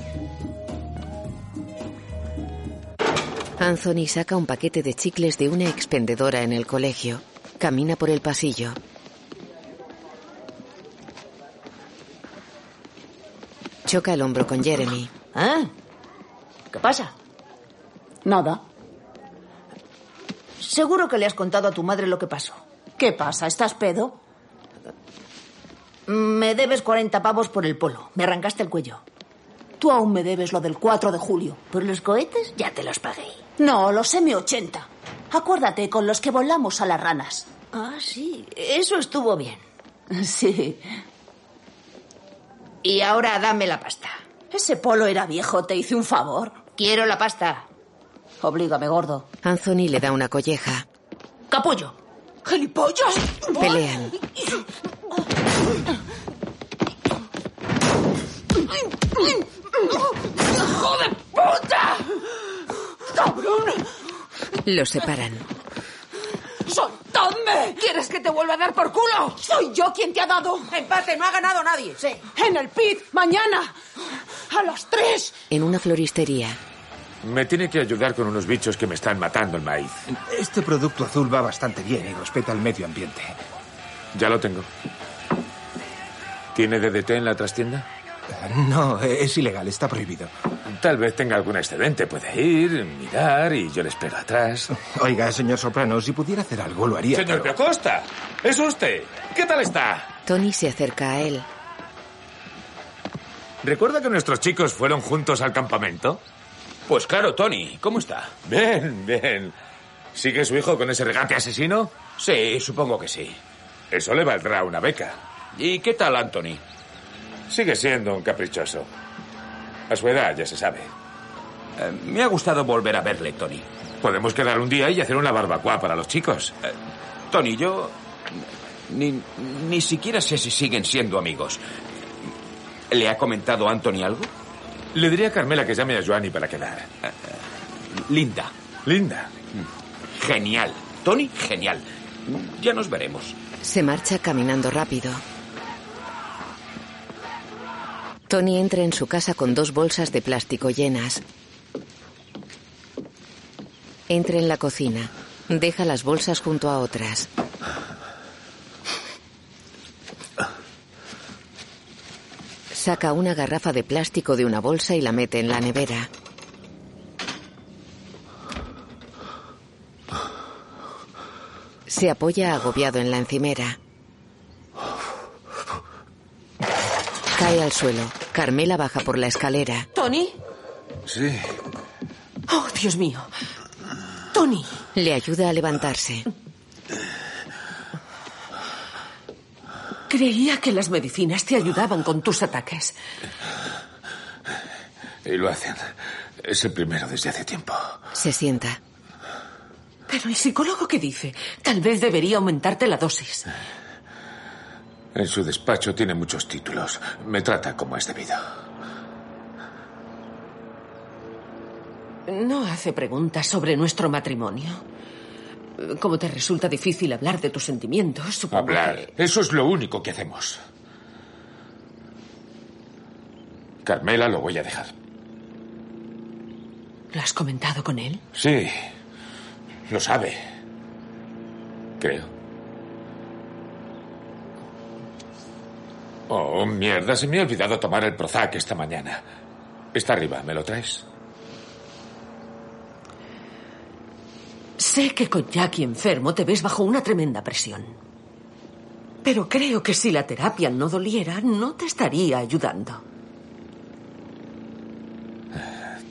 Speaker 2: Anthony saca un paquete de chicles de una expendedora en el colegio. Camina por el pasillo. Choca el hombro con Jeremy.
Speaker 9: ¿Eh? ¿Qué pasa? Nada.
Speaker 21: Seguro que le has contado a tu madre lo que pasó.
Speaker 9: ¿Qué pasa? ¿Estás pedo?
Speaker 21: Me debes 40 pavos por el polo. Me arrancaste el cuello.
Speaker 9: Tú aún me debes lo del 4 de julio.
Speaker 21: ¿Por los cohetes? Ya te los pagué.
Speaker 9: No, los M80. Acuérdate, con los que volamos a las ranas.
Speaker 21: Ah, sí. Eso estuvo bien.
Speaker 9: Sí.
Speaker 21: Y ahora dame la pasta.
Speaker 9: Ese polo era viejo, te hice un favor.
Speaker 21: Quiero la pasta.
Speaker 9: Oblígame, gordo.
Speaker 2: Anthony le da una colleja.
Speaker 21: Capullo.
Speaker 9: ¡Gilipollas!
Speaker 2: Pelean.
Speaker 21: ¡Hijo de puta!
Speaker 9: ¡Cabrón!
Speaker 2: Los separan.
Speaker 9: ¡Soltadme!
Speaker 21: ¿Quieres que te vuelva a dar por culo?
Speaker 9: ¡Soy yo quien te ha dado!
Speaker 21: Empate, no ha ganado nadie. Sí.
Speaker 9: ¡En el pit! ¡Mañana! ¡A las tres!
Speaker 2: En una floristería.
Speaker 23: Me tiene que ayudar con unos bichos que me están matando el maíz.
Speaker 22: Este producto azul va bastante bien y respeta el medio ambiente.
Speaker 3: Ya lo tengo. ¿Tiene DDT en la trastienda?
Speaker 25: No, es ilegal, está prohibido.
Speaker 3: Tal vez tenga algún excedente. Puede ir, mirar y yo les pego atrás.
Speaker 25: Oiga, señor Soprano, si pudiera hacer algo, lo haría.
Speaker 3: Señor de Acosta, es usted. ¿Qué tal está?
Speaker 2: Tony se acerca a él.
Speaker 3: ¿Recuerda que nuestros chicos fueron juntos al campamento? Pues claro, Tony. ¿Cómo está? Bien, bien. ¿Sigue su hijo con ese regate asesino? Sí, supongo que sí. Eso le valdrá una beca. ¿Y qué tal, Anthony? Sigue siendo un caprichoso. A su edad, ya se sabe. Eh, me ha gustado volver a verle, Tony. Podemos quedar un día y hacer una barbacoa para los chicos. Eh, Tony, yo... Ni, ni siquiera sé si siguen siendo amigos. ¿Le ha comentado Anthony algo? Le diría a Carmela que llame a Joanny para quedar. Linda. Linda. Genial. Tony, genial. Ya nos veremos.
Speaker 2: Se marcha caminando rápido. Tony entra en su casa con dos bolsas de plástico llenas. Entra en la cocina. Deja las bolsas junto a otras. Saca una garrafa de plástico de una bolsa y la mete en la nevera. Se apoya agobiado en la encimera. Cae al suelo. Carmela baja por la escalera.
Speaker 14: ¿Tony?
Speaker 25: Sí.
Speaker 14: Oh, Dios mío. Tony.
Speaker 2: Le ayuda a levantarse.
Speaker 14: Creía que las medicinas te ayudaban con tus ataques.
Speaker 3: Y lo hacen. Es el primero desde hace tiempo.
Speaker 2: Se sienta.
Speaker 14: Pero el psicólogo qué dice? Tal vez debería aumentarte la dosis.
Speaker 3: En su despacho tiene muchos títulos. Me trata como es debido.
Speaker 14: No hace preguntas sobre nuestro matrimonio. Como te resulta difícil hablar de tus sentimientos, supongo.
Speaker 3: Hablar. Eso es lo único que hacemos. Carmela, lo voy a dejar.
Speaker 14: ¿Lo has comentado con él?
Speaker 3: Sí. Lo sabe. Creo. Oh, mierda, se me ha olvidado tomar el Prozac esta mañana. Está arriba, ¿me lo traes?
Speaker 14: Sé que con Jackie enfermo te ves bajo una tremenda presión. Pero creo que si la terapia no doliera, no te estaría ayudando.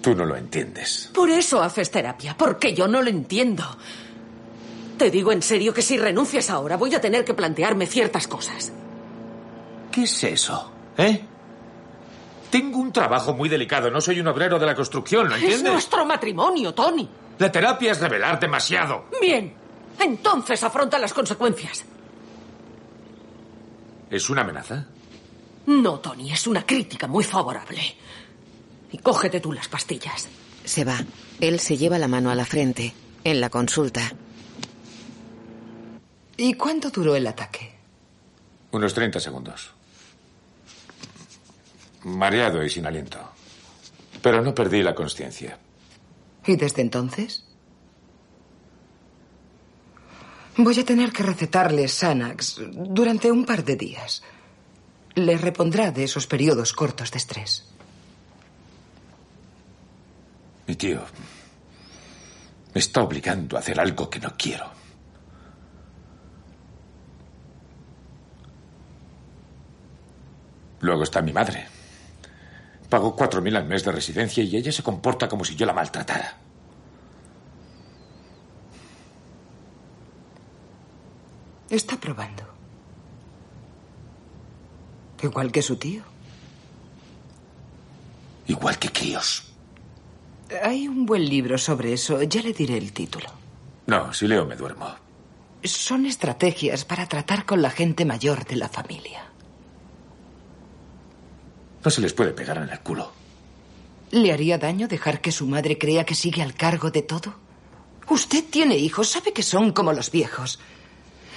Speaker 3: Tú no lo entiendes.
Speaker 14: Por eso haces terapia, porque yo no lo entiendo. Te digo en serio que si renuncias ahora voy a tener que plantearme ciertas cosas.
Speaker 3: ¿Qué es eso? ¿Eh? Tengo un trabajo muy delicado, no soy un obrero de la construcción, ¿lo
Speaker 14: Es
Speaker 3: entiendes?
Speaker 14: nuestro matrimonio, Tony.
Speaker 3: La terapia es revelar demasiado.
Speaker 14: Bien. Entonces afronta las consecuencias.
Speaker 3: ¿Es una amenaza?
Speaker 14: No, Tony, es una crítica muy favorable. Y cógete tú las pastillas.
Speaker 2: Se va. Él se lleva la mano a la frente. En la consulta.
Speaker 11: ¿Y cuánto duró el ataque?
Speaker 3: Unos 30 segundos. Mareado y sin aliento. Pero no perdí la conciencia.
Speaker 11: ¿Y desde entonces? Voy a tener que recetarle Sanax durante un par de días. Le repondrá de esos periodos cortos de estrés.
Speaker 3: Mi tío me está obligando a hacer algo que no quiero. Luego está mi madre. Pago cuatro mil al mes de residencia y ella se comporta como si yo la maltratara.
Speaker 11: Está probando. Igual que su tío.
Speaker 3: Igual que críos.
Speaker 11: Hay un buen libro sobre eso. Ya le diré el título.
Speaker 3: No, si leo me duermo.
Speaker 11: Son estrategias para tratar con la gente mayor de la familia.
Speaker 3: No se les puede pegar en el culo.
Speaker 11: ¿Le haría daño dejar que su madre crea que sigue al cargo de todo? Usted tiene hijos, sabe que son como los viejos.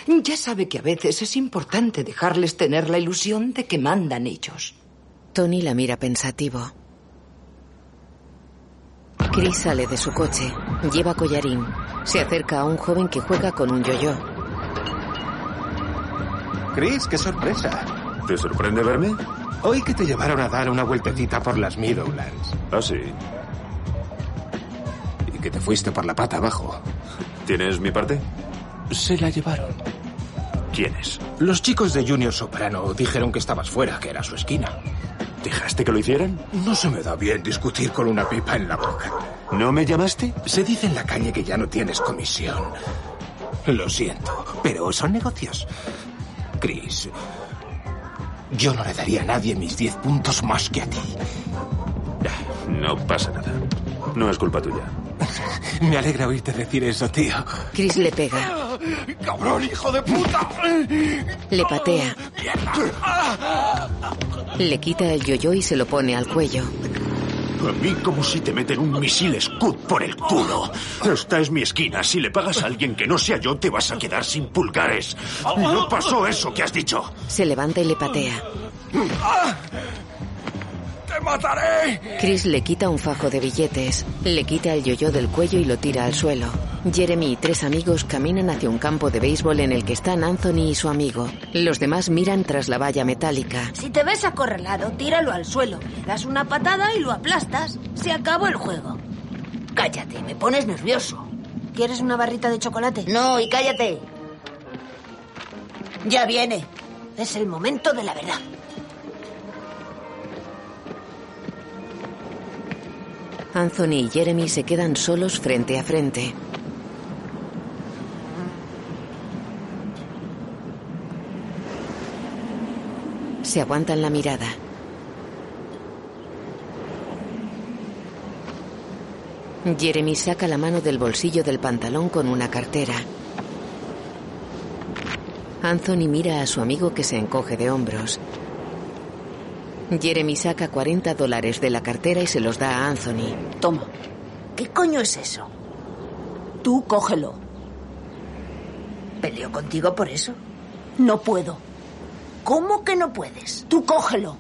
Speaker 11: Ya sabe que a veces es importante dejarles tener la ilusión de que mandan ellos.
Speaker 2: Tony la mira pensativo. Chris sale de su coche. Lleva collarín. Se acerca a un joven que juega con un yo-yo.
Speaker 1: Chris, qué sorpresa.
Speaker 18: ¿Te sorprende verme?
Speaker 1: Hoy que te llevaron a dar una vueltecita por las Meadowlands.
Speaker 18: Ah, sí.
Speaker 1: Y que te fuiste por la pata abajo.
Speaker 18: ¿Tienes mi parte?
Speaker 1: Se la llevaron.
Speaker 18: ¿Quiénes?
Speaker 1: Los chicos de Junior Soprano dijeron que estabas fuera, que era su esquina.
Speaker 18: ¿Dejaste que lo hicieran?
Speaker 1: No se me da bien discutir con una pipa en la boca.
Speaker 18: ¿No me llamaste?
Speaker 1: Se dice en la calle que ya no tienes comisión. Lo siento, pero son negocios. Chris, yo no le daría a nadie mis 10 puntos más que a ti.
Speaker 18: No pasa nada. No es culpa tuya.
Speaker 1: [laughs] Me alegra oírte decir eso, tío.
Speaker 2: Chris le pega,
Speaker 19: ¡Cabrón, hijo de puta!
Speaker 2: le patea, le quita el yoyo y se lo pone al cuello.
Speaker 10: A mí como si te meten un misil Scud por el culo. Esta es mi esquina. Si le pagas a alguien que no sea yo, te vas a quedar sin pulgares. No pasó eso que has dicho.
Speaker 2: se levanta y le patea.
Speaker 19: ¡Te mataré!
Speaker 2: Chris le quita un fajo de billetes, le quita el yoyo del cuello y lo tira al suelo. Jeremy y tres amigos caminan hacia un campo de béisbol en el que están Anthony y su amigo. Los demás miran tras la valla metálica.
Speaker 9: Si te ves acorralado, tíralo al suelo. Le das una patada y lo aplastas. Se acabó el juego. Cállate, me pones nervioso. ¿Quieres una barrita de chocolate? No, y cállate. Ya viene. Es el momento de la verdad.
Speaker 2: Anthony y Jeremy se quedan solos frente a frente. Se aguantan la mirada. Jeremy saca la mano del bolsillo del pantalón con una cartera. Anthony mira a su amigo que se encoge de hombros. Jeremy saca 40 dólares de la cartera y se los da a Anthony.
Speaker 9: Toma. ¿Qué coño es eso? Tú cógelo. ¿Peleo contigo por eso? No puedo. ¿Cómo que no puedes? Tú cógelo.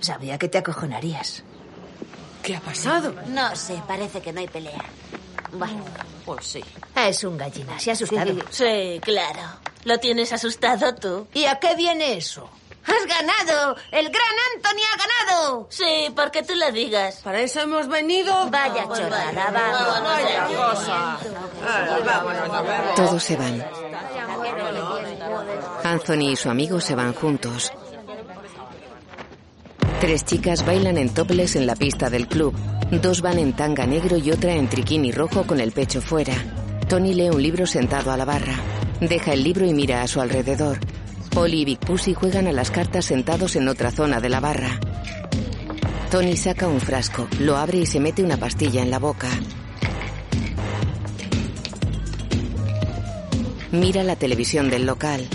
Speaker 9: Sabía que te acojonarías.
Speaker 21: ¿Qué ha pasado?
Speaker 9: No sé, parece que no hay pelea. Bueno,
Speaker 21: Pues sí.
Speaker 9: es un gallina, se ha asustado.
Speaker 21: Sí, claro. Lo tienes asustado tú.
Speaker 9: ¿Y a qué viene eso? ¡Has ganado! ¡El gran Anthony ha ganado!
Speaker 21: Sí, porque tú lo digas. Ah, ¿Para eso hemos venido?
Speaker 9: Vaya chorrada, vamos.
Speaker 21: Vaya cosa. Eh, vámonos, nos vemos.
Speaker 2: Todos se van. Anthony y su amigo se van juntos. Tres chicas bailan en topless en la pista del club. Dos van en tanga negro y otra en triquini rojo con el pecho fuera. Tony lee un libro sentado a la barra. Deja el libro y mira a su alrededor. Polly y Big Pussy juegan a las cartas sentados en otra zona de la barra. Tony saca un frasco, lo abre y se mete una pastilla en la boca. Mira la televisión del local.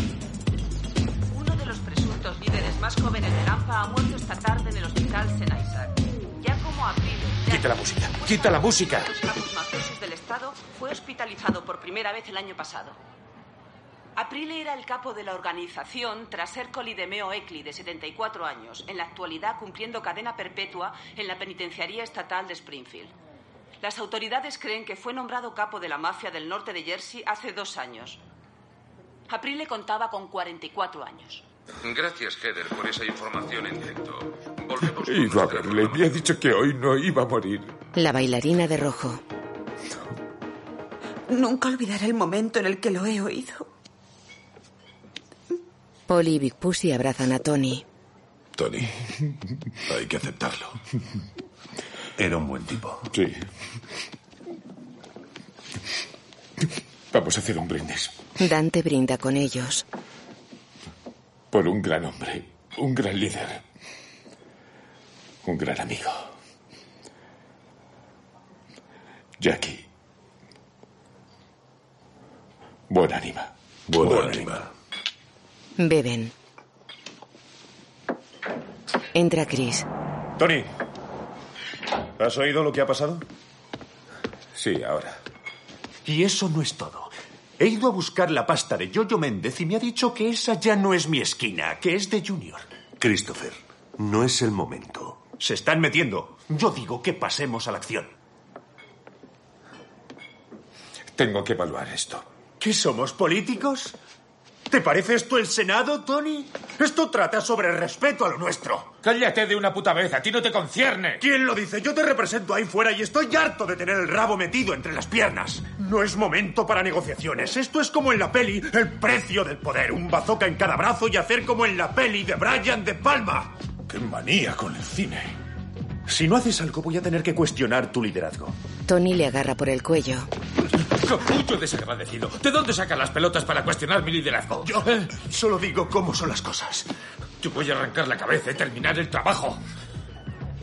Speaker 4: Uno de los presuntos líderes más jóvenes de Lampa ha muerto esta tarde en el hospital St. Isaac. Ya como abril,
Speaker 3: Quita la música. Quita la música.
Speaker 4: Carlos Macesis del Estado fue hospitalizado por primera vez el año pasado. Aprile era el capo de la organización tras Ercoli de Meo Ecli, de 74 años, en la actualidad cumpliendo cadena perpetua en la penitenciaría estatal de Springfield. Las autoridades creen que fue nombrado capo de la mafia del norte de Jersey hace dos años. Aprile contaba con 44 años.
Speaker 26: Gracias, Heather, por esa información en directo. Volvemos con
Speaker 27: Iba a verle, me ha dicho que hoy no iba a morir.
Speaker 2: La bailarina de rojo.
Speaker 28: Nunca olvidaré el momento en el que lo he oído.
Speaker 2: Polly y Big Pussy abrazan a Tony.
Speaker 27: Tony, hay que aceptarlo. Era un buen tipo. Sí. Vamos a hacer un brindis
Speaker 2: Dante brinda con ellos.
Speaker 27: por un gran hombre, un gran líder, un gran amigo. Jackie. Buen ánima.
Speaker 22: Buen, ánima.
Speaker 2: Beben. Entra Chris.
Speaker 18: Tony, ¿has oído lo que ha pasado?
Speaker 27: Sí, ahora.
Speaker 10: Y eso no es todo. He ido a buscar la pasta de Yoyo Méndez y me ha dicho que esa ya no es mi esquina, que es de Junior.
Speaker 22: Christopher, no es el momento.
Speaker 10: Se están metiendo. Yo digo que pasemos a la acción.
Speaker 29: Tengo que evaluar esto.
Speaker 10: ¿Qué somos, políticos? ¿Te parece esto el Senado, Tony? Esto trata sobre el respeto a lo nuestro.
Speaker 3: Cállate de una puta vez, a ti no te concierne.
Speaker 10: ¿Quién lo dice? Yo te represento ahí fuera y estoy harto de tener el rabo metido entre las piernas. No es momento para negociaciones. Esto es como en la peli El precio del poder. Un bazooka en cada brazo y hacer como en la peli de Brian de Palma. ¡Qué manía con el cine! Si no haces algo, voy a tener que cuestionar tu liderazgo.
Speaker 2: Tony le agarra por el cuello.
Speaker 3: Capullo desagradecido. ¿De dónde saca las pelotas para cuestionar mi liderazgo? Yo
Speaker 10: solo digo cómo son las cosas.
Speaker 3: Te voy a arrancar la cabeza y terminar el trabajo.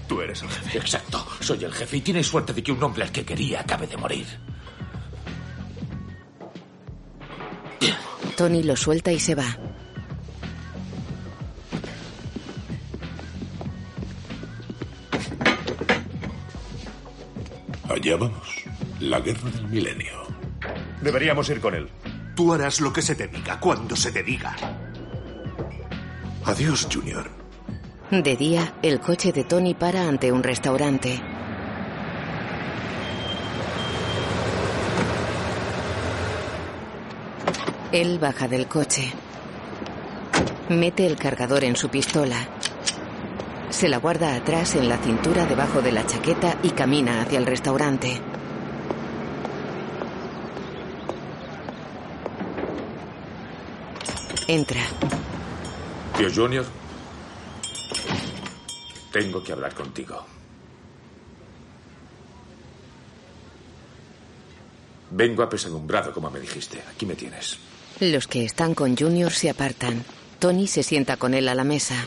Speaker 3: Tú eres el jefe. Exacto, soy el jefe y tienes suerte de que un hombre al que quería acabe de morir.
Speaker 2: Tony lo suelta y se va.
Speaker 30: Allá vamos. La guerra del milenio.
Speaker 10: Deberíamos ir con él.
Speaker 31: Tú harás lo que se te diga cuando se te diga.
Speaker 30: Adiós, Junior.
Speaker 2: De día, el coche de Tony para ante un restaurante. Él baja del coche. Mete el cargador en su pistola. Se la guarda atrás en la cintura debajo de la chaqueta y camina hacia el restaurante. Entra.
Speaker 32: Tío Junior,
Speaker 3: Tengo que hablar contigo. Vengo apesadumbrado, como me dijiste. Aquí me tienes.
Speaker 2: Los que están con Junior se apartan. Tony se sienta con él a la mesa.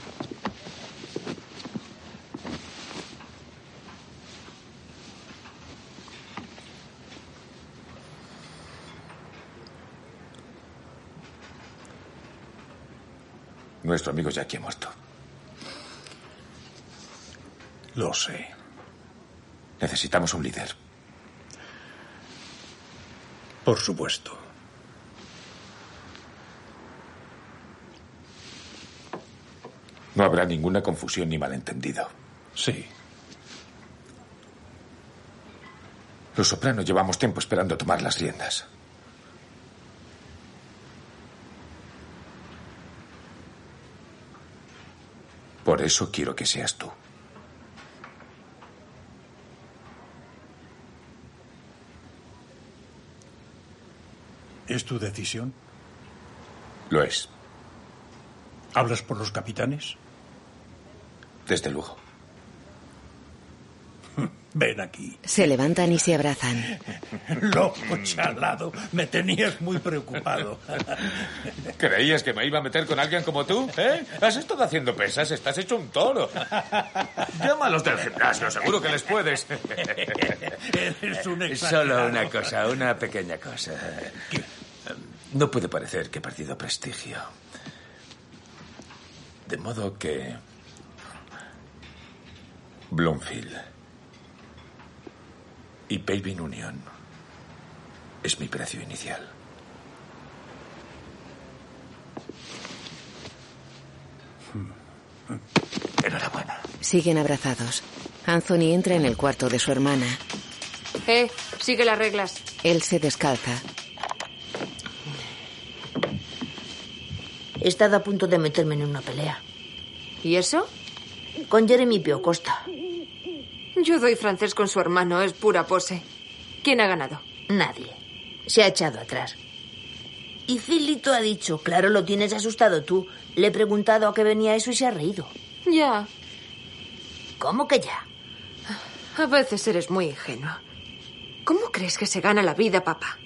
Speaker 32: Nuestro amigo Jackie ha muerto.
Speaker 3: Lo sé. Necesitamos un líder.
Speaker 32: Por supuesto.
Speaker 3: No habrá ninguna confusión ni malentendido.
Speaker 32: Sí.
Speaker 3: Los Soprano llevamos tiempo esperando tomar las riendas. Por eso quiero que seas tú.
Speaker 10: ¿Es tu decisión?
Speaker 32: Lo es,
Speaker 10: ¿Hablas por los capitanes?
Speaker 32: desde luego.
Speaker 10: Ven aquí. [laughs]
Speaker 2: Se levantan y se abrazan.
Speaker 10: Loco chalado, me tenías muy preocupado. [laughs]
Speaker 3: ¿Creías que me iba a meter con alguien como tú? ¿Eh? ¿Has estado haciendo pesas? Estás hecho un toro. Llámalos del gimnasio, seguro que les puedes.
Speaker 10: Eres un exagerado.
Speaker 32: Solo una cosa, una pequeña cosa. No puede parecer que he perdido prestigio. De modo que...
Speaker 3: Bloomfield y Paving Union es mi precio inicial.
Speaker 2: Siguen abrazados. Anthony entra en el cuarto de su hermana.
Speaker 11: Eh, sigue las reglas.
Speaker 2: Él se descalza.
Speaker 9: He estado a punto de meterme en una pelea.
Speaker 11: ¿Y eso?
Speaker 9: Con Jeremy Pio Costa.
Speaker 11: Yo doy francés con su hermano, es pura pose. ¿Quién ha ganado?
Speaker 9: Nadie. Se ha echado atrás. Y Filito ha dicho, claro, lo tienes asustado tú. Le he preguntado a qué venía eso y se ha reído.
Speaker 11: Ya.
Speaker 9: ¿Cómo que ya?
Speaker 11: A veces eres muy ingenuo. ¿Cómo crees que se gana la vida, papá?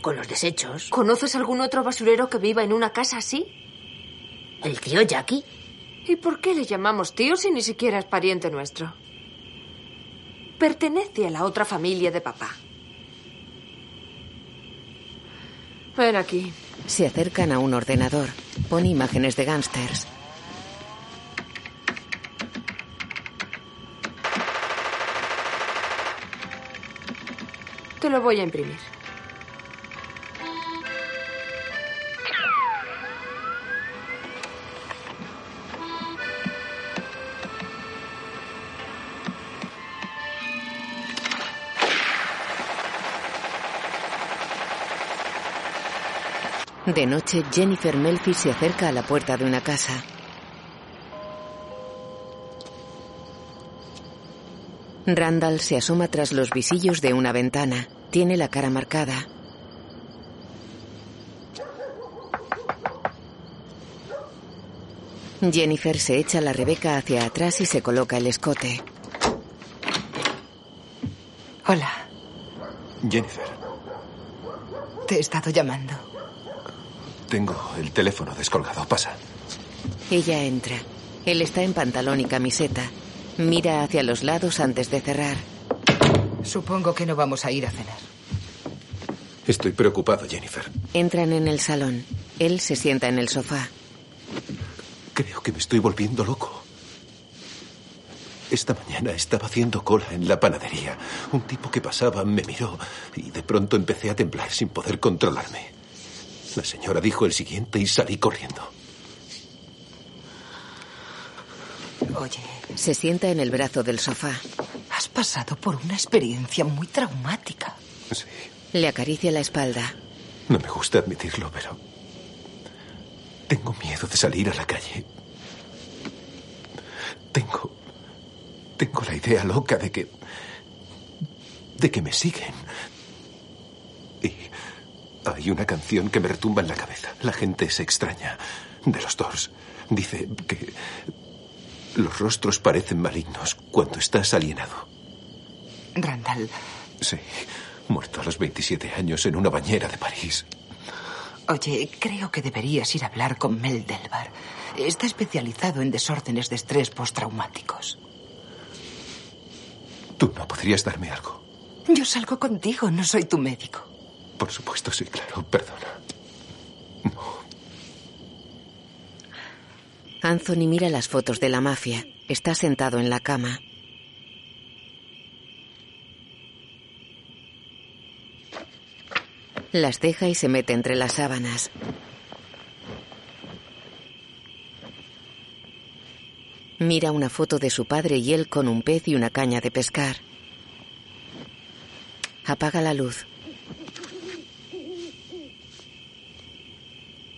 Speaker 9: Con los desechos.
Speaker 11: ¿Conoces algún otro basurero que viva en una casa así?
Speaker 9: El tío Jackie.
Speaker 11: ¿Y por qué le llamamos tío si ni siquiera es pariente nuestro? Pertenece a la otra familia de papá. Ven aquí.
Speaker 2: Se acercan a un ordenador. Pone imágenes de gángsters.
Speaker 11: Te lo voy a imprimir.
Speaker 2: De noche, Jennifer Melfi se acerca a la puerta de una casa. Randall se asoma tras los visillos de una ventana. Tiene la cara marcada. Jennifer se echa la Rebeca hacia atrás y se coloca el escote.
Speaker 11: Hola,
Speaker 22: Jennifer,
Speaker 11: te he estado llamando.
Speaker 22: tengo el teléfono descolgado. Pasa.
Speaker 2: Ella entra. Él está en pantalón y camiseta. Mira hacia los lados antes de cerrar.
Speaker 11: Supongo que no vamos a ir a cenar.
Speaker 22: Estoy preocupado, Jennifer.
Speaker 2: Entran en el salón. Él se sienta en el sofá.
Speaker 22: Creo que me estoy volviendo loco. Esta mañana estaba haciendo cola en la panadería. Un tipo que pasaba me miró y de pronto empecé a temblar sin poder controlarme. La señora dijo el siguiente y salí corriendo.
Speaker 11: Oye,
Speaker 2: Se sienta en el brazo del sofá.
Speaker 11: has pasado por una experiencia muy traumática.
Speaker 22: Sí,
Speaker 2: Le acaricia la espalda.
Speaker 22: no me gusta admitirlo, pero... Tengo miedo de salir a la calle. Tengo... Tengo la idea loca de que... de que me siguen. Y hay una canción que me retumba en la cabeza. La gente se extraña. De los Doors. Dice que... Los rostros parecen malignos cuando estás alienado.
Speaker 11: Randall,
Speaker 22: Sí, muerto a los 27 años en una bañera de París.
Speaker 11: oye, creo que deberías ir a hablar con Mel Delvar. Está especializado en desórdenes de estrés postraumáticos.
Speaker 22: Tú no podrías darme algo.
Speaker 11: Yo salgo contigo, no soy tu médico.
Speaker 22: Por supuesto, sí, claro, perdona.
Speaker 2: Anthony mira las fotos de la mafia. Está sentado en la cama. Las deja y se mete entre las sábanas. Mira una foto de su padre y él con un pez y una caña de pescar. Apaga la luz.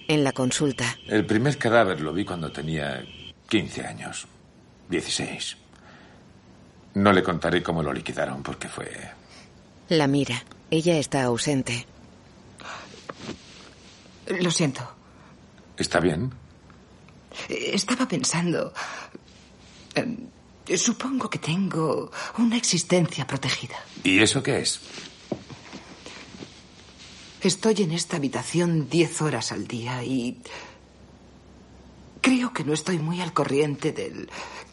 Speaker 2: En la consulta.
Speaker 26: El primer cadáver lo vi cuando tenía 15 años. 16. No le contaré cómo lo liquidaron porque fue...
Speaker 2: La mira. Ella está ausente.
Speaker 11: Lo siento.
Speaker 26: ¿Está bien?
Speaker 11: Eh, Estaba pensando... eh, Supongo que tengo una existencia protegida.
Speaker 26: ¿Y eso qué es?
Speaker 11: Estoy en esta habitación diez horas al día y creo que no estoy muy al corriente del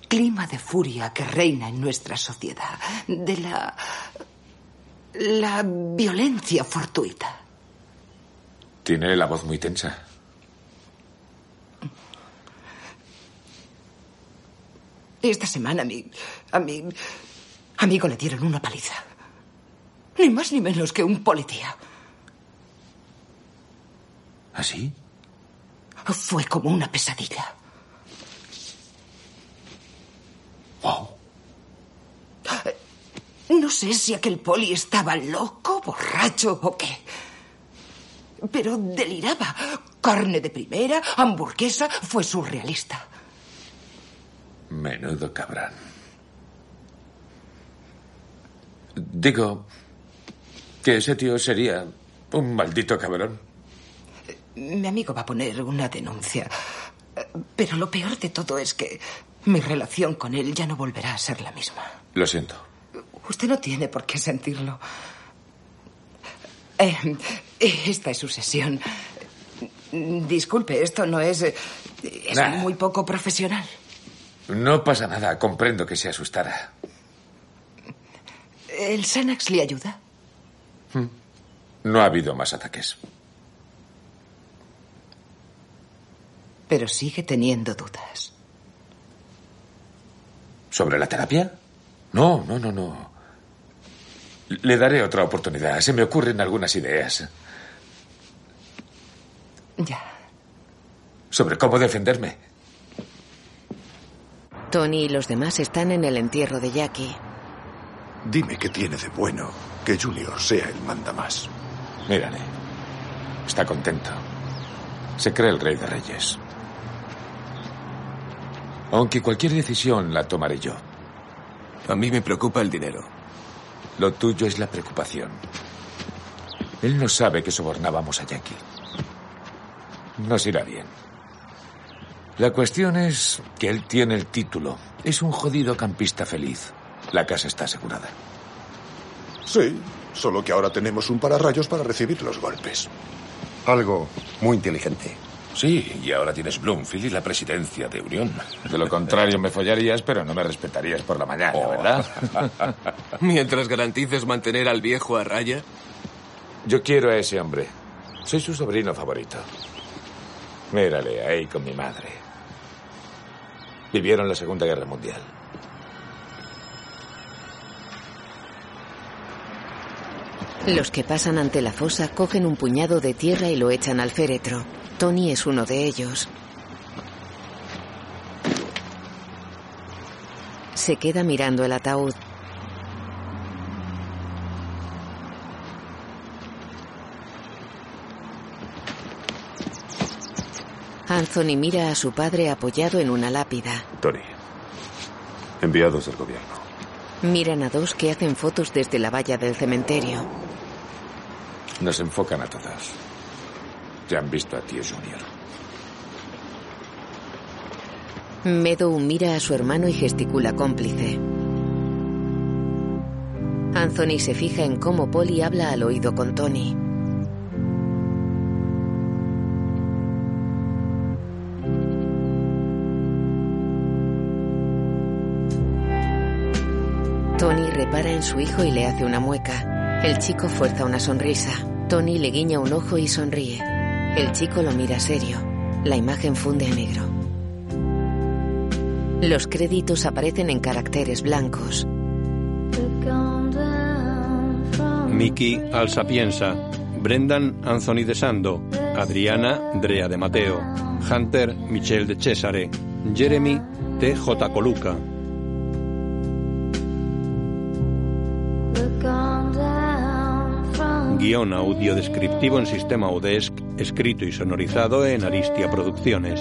Speaker 11: clima de furia que reina en nuestra sociedad, de la la violencia fortuita.
Speaker 26: Tiene la voz muy tensa.
Speaker 11: Esta semana a mi a mi amigo le dieron una paliza. Ni más ni menos que un policía.
Speaker 26: ¿Así?
Speaker 11: Fue como una pesadilla. No sé si aquel poli estaba loco, borracho o qué. Pero deliraba. Carne de primera, hamburguesa, fue surrealista.
Speaker 26: Menudo cabrón. Digo que ese tío sería un maldito cabrón.
Speaker 11: Mi amigo va a poner una denuncia. Pero lo peor de todo es que mi relación con él ya no volverá a ser la misma.
Speaker 26: Lo siento.
Speaker 11: Usted no tiene por qué sentirlo. Eh, esta es su sesión. Disculpe, esto no es... eh, Es
Speaker 26: Nah.
Speaker 11: muy poco profesional.
Speaker 26: No pasa nada, comprendo que se asustara.
Speaker 11: ¿El Sanax le ayuda?
Speaker 26: No ha habido más ataques.
Speaker 11: Pero sigue teniendo dudas.
Speaker 26: ¿Sobre la terapia? No, no, no, no. Le daré otra oportunidad. Se me ocurren algunas ideas
Speaker 11: Ya.
Speaker 26: sobre cómo defenderme.
Speaker 2: Tony y los demás están en el entierro de Jackie.
Speaker 10: Dime qué tiene de bueno que Junior sea el mandamás.
Speaker 26: Mírale. Está contento.
Speaker 3: Se cree el rey de reyes. Aunque cualquier decisión la tomaré yo. A mí me preocupa el dinero. Lo tuyo es la preocupación. Él no sabe que sobornábamos a Jackie. Nos irá bien. La cuestión es que él tiene el título. Es un jodido campista feliz. La casa está asegurada.
Speaker 17: Sí, solo que ahora tenemos un pararrayos para recibir los golpes. Algo muy inteligente.
Speaker 3: Sí, y ahora tienes Bloomfield y la presidencia de Unión. De lo contrario, me follarías, pero no me respetarías por la mañana, [laughs] ¿verdad?
Speaker 33: Mientras garantices mantener al viejo a raya.
Speaker 3: Yo quiero a ese hombre. Soy su sobrino favorito. Mírale, ahí con mi madre. Vivieron la Segunda Guerra Mundial.
Speaker 2: Los que pasan ante la fosa cogen un puñado de tierra y lo echan al féretro. Tony es uno de ellos. Se queda mirando el ataúd. Anthony mira a su padre apoyado en una lápida.
Speaker 34: Tony. Enviados del gobierno.
Speaker 2: Miran a dos que hacen fotos desde la valla del cementerio.
Speaker 3: Nos enfocan a todas. Ya han visto a tío Junior.
Speaker 2: Meadow mira a su hermano y gesticula cómplice. Anthony se fija en cómo Polly habla al oído con Tony. Tony repara en su hijo y le hace una mueca. El chico fuerza una sonrisa. Tony le guiña un ojo y sonríe. El chico lo mira serio. La imagen funde a negro. Los créditos aparecen en caracteres blancos.
Speaker 1: Mickey Alsapienza, Brendan Anthony de Sando, Adriana Drea de Mateo, Hunter Michel de Cesare, Jeremy T.J. Coluca, guión audio descriptivo en sistema UDESC, escrito y sonorizado en Aristia Producciones.